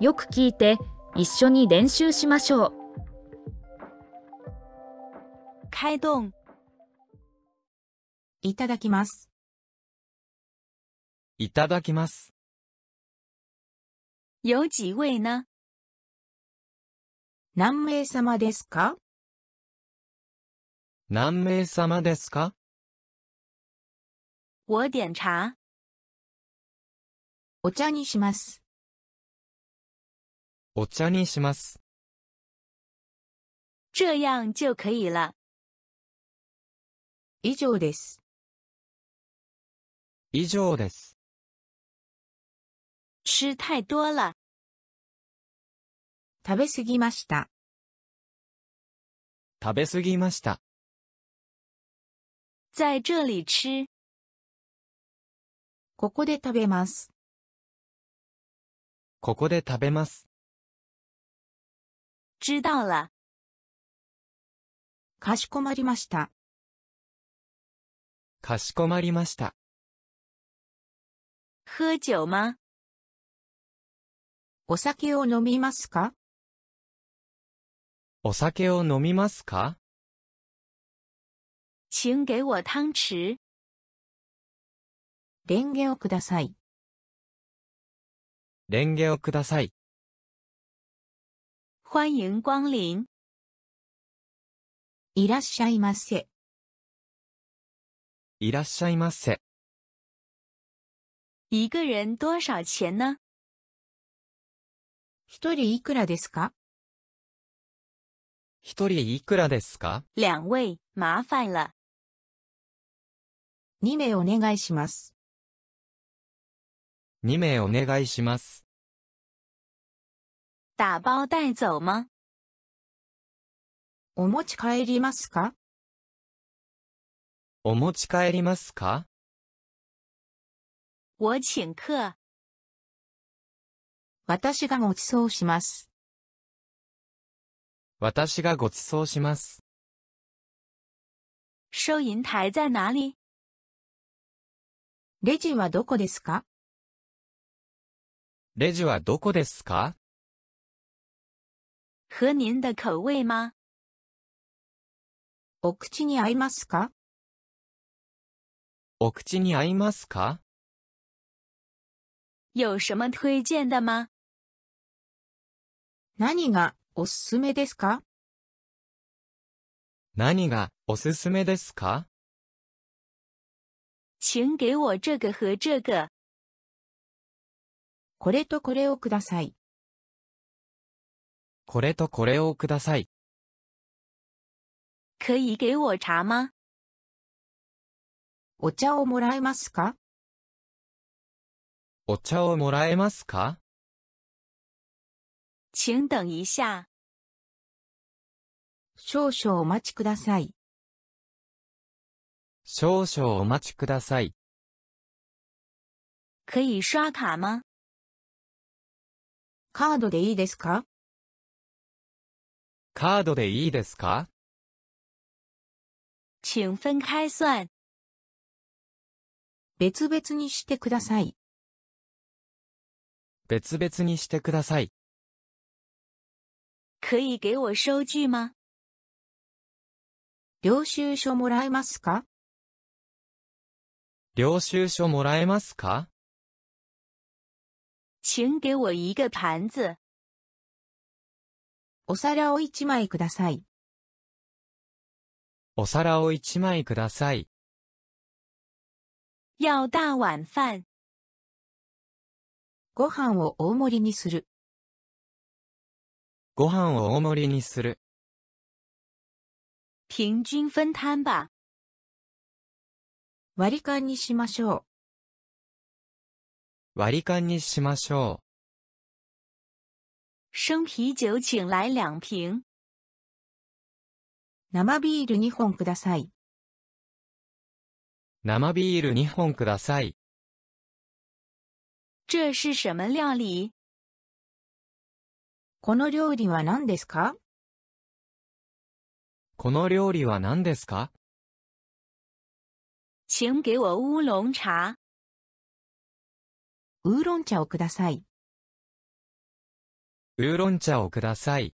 よく聞いて一緒に練習しましょう開動、いただきます。いただきます。有几位呢？何名様ですか何名様ですか我点茶，お茶にします。お茶にします。这样就可以了。以上です。以上です。吃太多了，食べ過ぎました。食べ過ぎました。在这里吃，ここで食べます。ここで食べます。知道了。かしこまりました。かしこまりました。喝酒吗？お酒を飲みますかお酒を飲みますか请给我汤匙。レンゲをください。レンゲをください。欢迎光临，いらっしゃいませ。いらっしゃいませ。一个人多少钱呢？一人いくらですか一人いくらですか两位，麻烦了。二名お願いします。二名お願いします。打包带走吗？お持ち帰りますかお持ち帰りますか我请客，私がごちそうします。私がごちそうします。收银台在哪里？レジはどこですかレジはどこですか合您的口味吗？お口に合いますかお口に合いますか有什么推荐的吗？何がおすすめですか何がおすすめですか请给我这个和这个。これとこれをください。これとこれをください。可以给我茶吗？お茶をもらえますかお茶をもらえますか请等一下，少々お待ちください。少々お待ちください。可以刷卡吗？カードでいいですかカードでいいですか请分开算，別々にしてください。別々にしてください。可以给我收据吗？領収書もらえますか領収書もらえますか请给我一个盘子，お皿を一枚ください。お皿を一枚ください。要大碗饭，ご飯を大盛りにする。ご飯を大盛りにする。平均分摊吧。割り勘にしましょう。割り勘にしましょ生啤酒请来两瓶，生ビール2本ください。う。生ビール2本ください。这是什么料理？この料理は何ですかこの料理は何ですか请给我乌龙茶，ウーロン茶をください。ウーロン茶をください。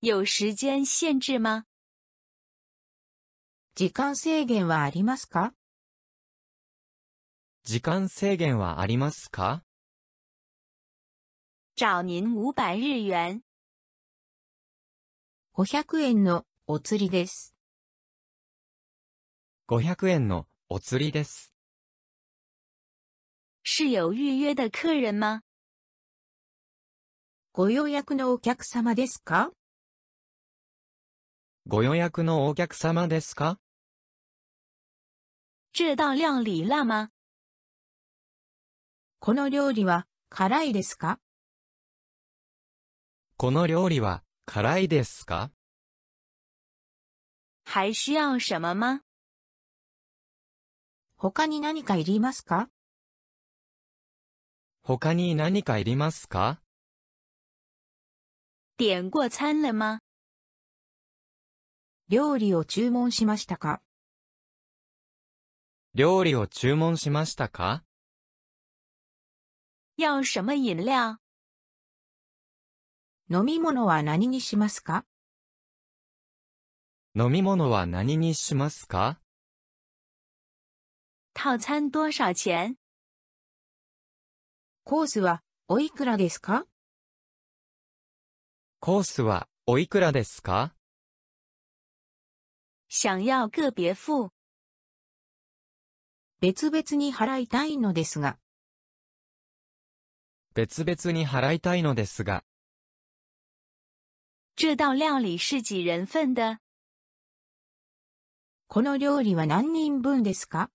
有时间限制吗？時間制限はありますか時間制限はありますか找您五百日元。 ?500 円のお釣りです。 ?500 円のお釣りです。是有预约的客人吗？ご予約のお客様ですかご予約のお客様ですか这道料理辣吗？この料理は辛いですかこの料理は辛いですか还需要什么吗？他に何かいりますか他に何かいりますか点过餐了吗？料理を注文しましたか料理を注文しましたか要什么饮料？飲み物は何にしますか飲み物は何にしますか套餐多少钱？コースはおいくらですかコースはおいくらですか想要个别付，別々に払いたいのですが、別々に払いたいのですが、这道料理是几人份的？この料理は何人分ですか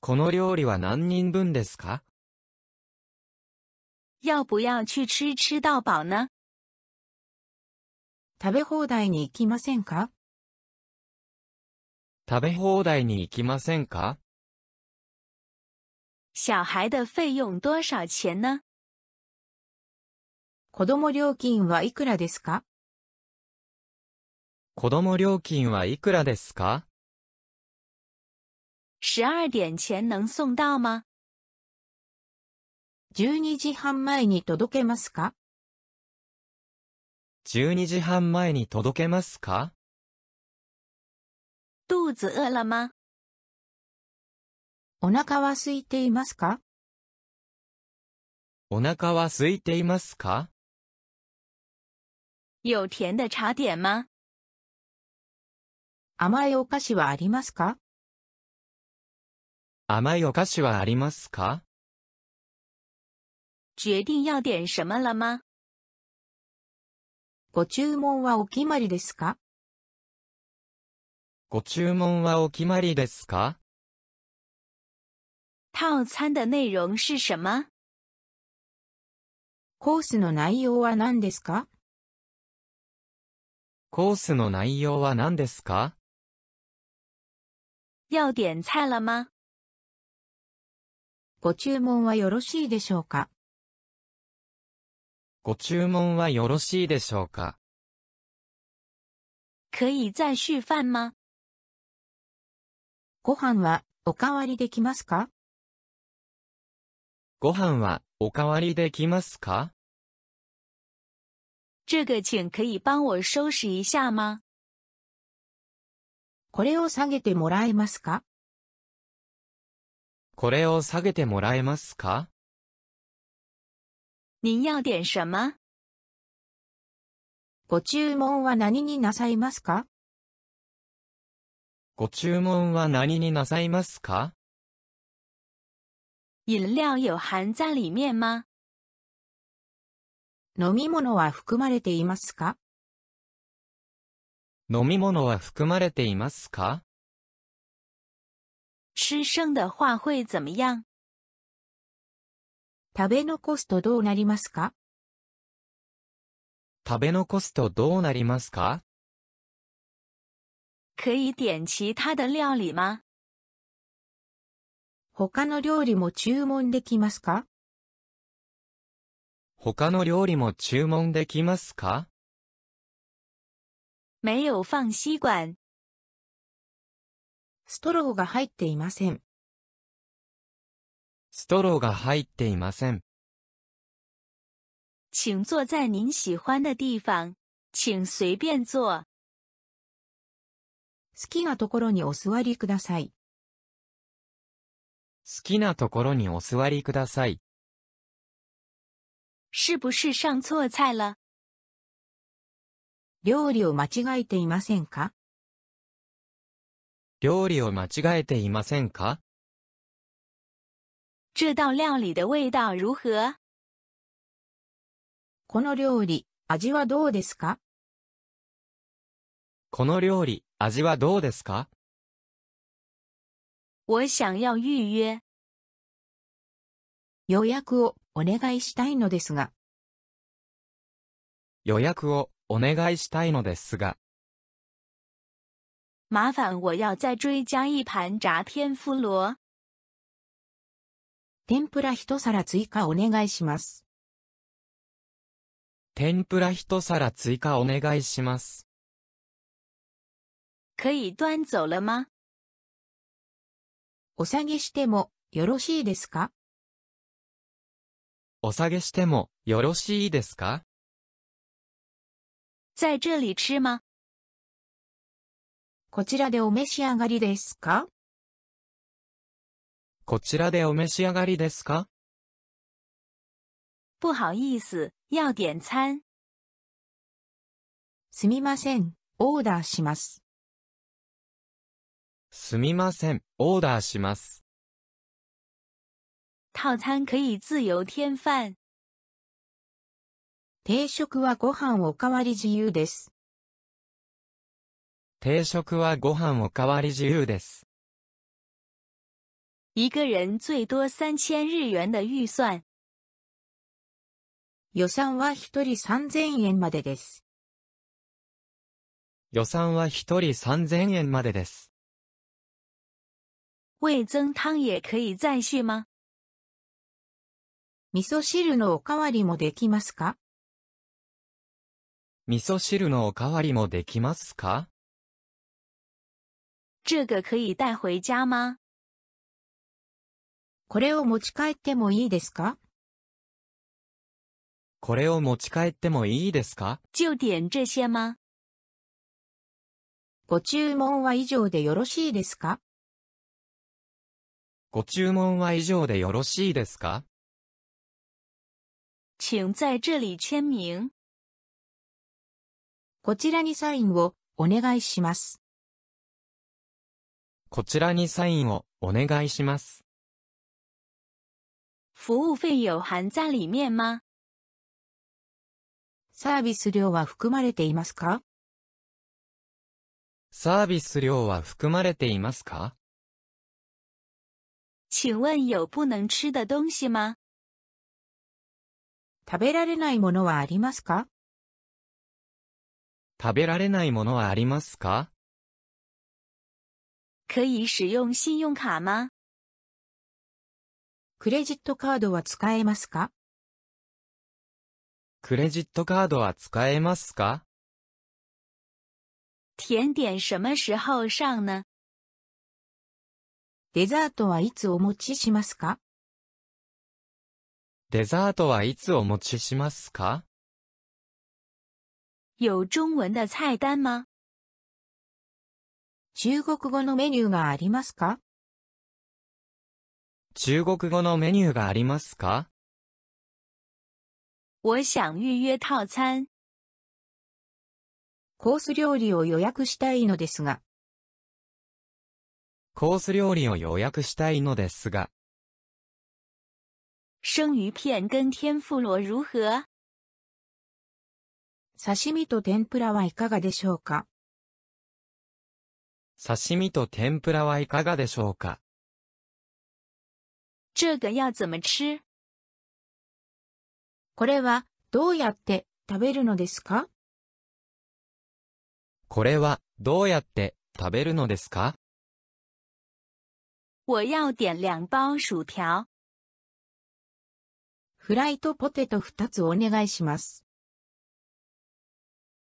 この料理は何人分ですか要不要去吃吃到饱呢？食べ放題に行きませんか食べ放題に行きませんか小孩的费用多少钱呢？子供料金はいくらですか子供料金はいくらですか十二点前能送到吗？ ?12 時半前に届けますか ?12 時半前に届けますか肚子饿了吗？お腹は空いていますかお腹は空いていますか有甜的茶点吗？甘いお菓子はありますか甘いお菓子はありますか决定要点什么了吗？ご注文はお決まりですかご注文はお決まりですか套餐的内容是什么？コースの内容は何ですかコースの内容は何ですか要点菜了吗？ご注文はよろしいでしょうかご注文はよろしいでしょうか可以再续饭吗？ご飯はおかわりできますかご飯はおかわりできますか这个请可以帮我收拾一下吗？これを下げてもらえますかこれを下げてもらえますか您要点什么？ご注文は何になさいますかご注文は何になさいますか饮料有含在里面吗？飲み物は含まれていますか飲み物は含まれていますか吃剩的话会怎么样？食べ残すとどうなりますか食べ残すとどうなりますか可以点其他的料理吗？他の料理も注文できますか他の料理も注文できますか没有放吸管，ストローが入っていません。ストローが入っていません。请坐在您喜欢的地方，请随便坐。好きなところにお座りください。きなところにお座りください。是不是上错菜了？料理を間違えていませんか料理を間違えていませんか这道料理的味道如何？この料理、味はどうですかこの料理、味はどうですか我想要预约。予約をお願いしたいのですが、予約をお願いしたいのですが、麻烦我要再追加一盘炸天妇罗。天ぷら一皿追加お願いします。天ぷら一皿追加お願いします。可以端走了吗？お下げしてもよろしいですかお下げしてもよろしいですか在这里吃吗？こちらでお召し上がりですかこちらでお召し上がりですか不好意思，要点餐。すみません、オーダーします。すみません、オーダーします。套餐可以自由添饭。定食はご飯おかわり自由です。定食はご飯おかわり自由です。一个人最多三千日元的预算。予算は一人3000円までです。予算は一人3000円までです。味增汤也可以再续吗？味噌汁のおかわりもできますか味噌汁のおかわりもできますか这个可以带回家吗？これを持ち帰ってもいいですかこれを持ち帰ってもいいですか就点这些吗？ご注文は以上でよろしいですかご注文は以上でよろしいですか请在这里签名。こちらにサインをお願いします。こちらにサインをお願いします。服务费有含在里面吗？サービス料は含まれていますかサービス料は含まれていますか请问有不能吃的东西吗？食べられないものはありますか食べられないものはありますか可以使用信用卡吗？クレジットカードは使えますかクレジットカードは使えますか甜点什么时候上呢？デザートはいつお持ちしますかデザートはいつお持ちしますか有中文的菜单吗？中国語のメニューがありますか中国語のメニューがありますか我想预约套餐。コース料理を予約したいのですが、コース料理を予約したいのですが、生鱼片跟天妇罗如何？刺身と天ぷらはいかがでしょうか刺身と天ぷらはいかがでしょうか这个要怎么吃？これはどうやって食べるのですかこれはどうやって食べるのですか我要点两包薯条，フライとポテト2つお願いします。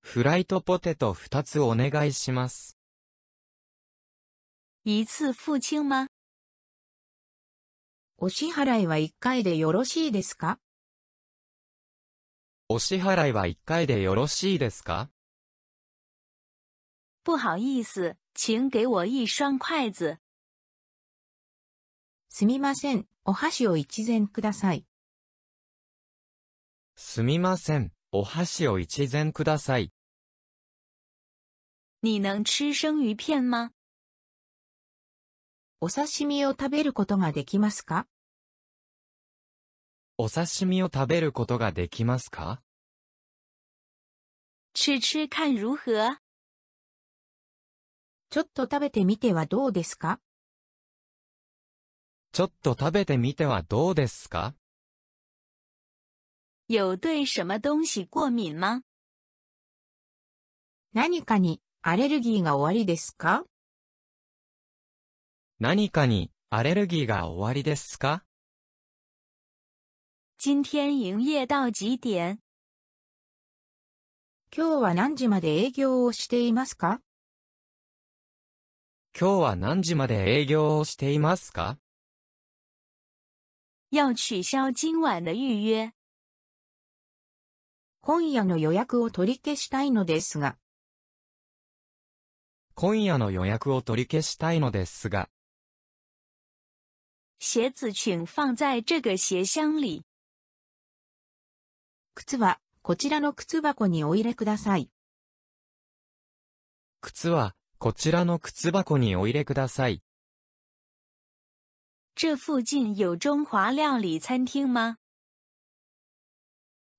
フライとポテト2つお願いします。一次付清吗？お支払いは1回でよろしいですかお支払いは1回でよろしいですか不好意思，请给我一双筷子。すみません。お箸を一膳ください。すみません。お箸を一膳ください。你能吃生鱼片吗？お刺身を食べることができますかお刺身を食べることができますか吃吃看如何？ちょっと食べてみてはどうですかちょっと食べてみてはどうですか有对什么东西过敏吗？何かにアレルギーがおありですか何かにアレルギーがおありですか今天营业到几点？今日は何時まで営業をしていますか今日は何時まで営業をしていますか要取消今晚的预约。今夜の予約を取り消したいのですが、今夜の予約を取り消したいのですが、鞋子请放在这个鞋箱里。靴はこちらの靴箱にお入れください。靴はこちらの靴箱にお入れください。这附近有中华料理餐厅吗？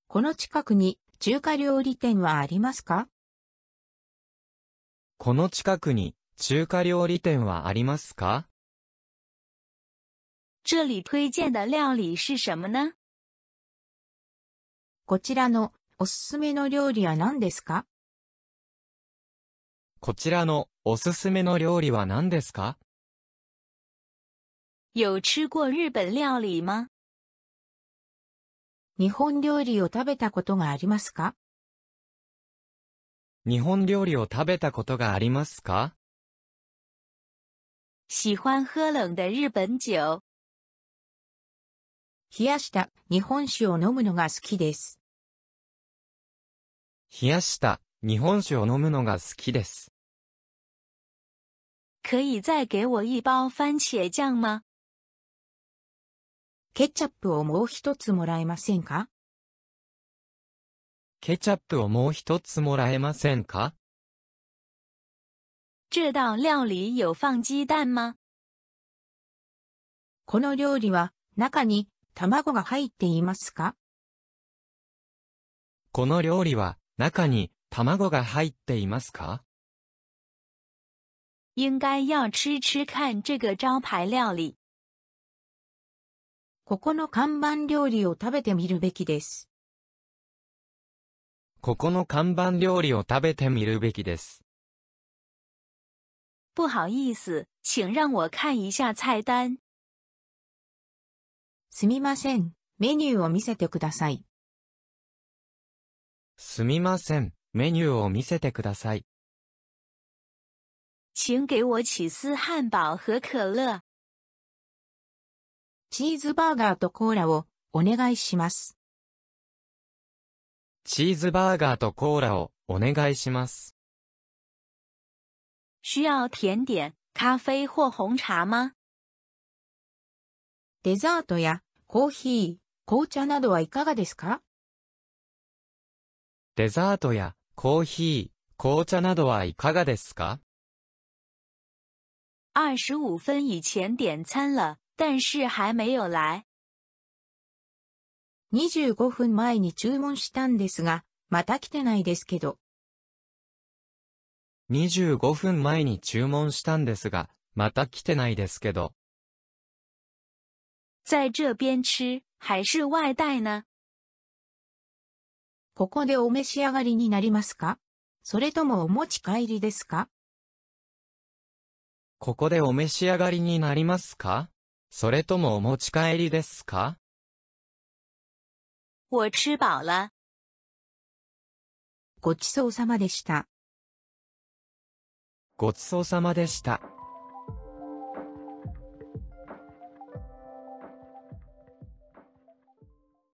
この近くに中華料理店はありますかこの近くに中華料理店はありますか这里推荐的料理是什么呢？こちらのおすすめの料理は何ですかこちらのおすすめの料理は何ですか有吃过日本料理吗？日本料理を食べたことがありますか日本料理を食べたことがありますか喜欢喝冷的日本酒。冷やした日本酒を飲むのが好きです。冷やした日本酒を飲むのが好きです。可以再给我一包番茄酱吗？ケチャップをもう一つもらえませんかケチャップをもう一つもらえませんか这道料理有放鸡蛋吗？この料理は中に卵が入っていますかこの料理は中に卵が入っていますか应该要吃吃看这个招牌料理。ここの看板料理を食べてみるべきです。ここの看板料理を食べてみるべきです。不好意思，请让我看一下菜单。すみません。メニューを見せてください。すみません。メニューを見せてください。请给我起司汉堡和可乐。チーズバーガーとコーラをお願いします。チーズバーガーとコーラをお願いします。需要甜点、咖啡或红茶吗？デザートやコーヒー、紅茶などはいかがですかデザートやコーヒー、紅茶などはいかがですか二十五分以前点餐了，但是还没有来。 ?25 分前に注文したんですが、また来てないですけど、 ?25 分前に注文したんですが、また来てないですけど、在这边吃还是外带呢？ここでお召し上がりになりますかそれともお持ち帰りですかここでお召し上がりになりますかそれともお持ち帰りですか我吃饱了，ごちそうさまでした。ごちそうさまでした。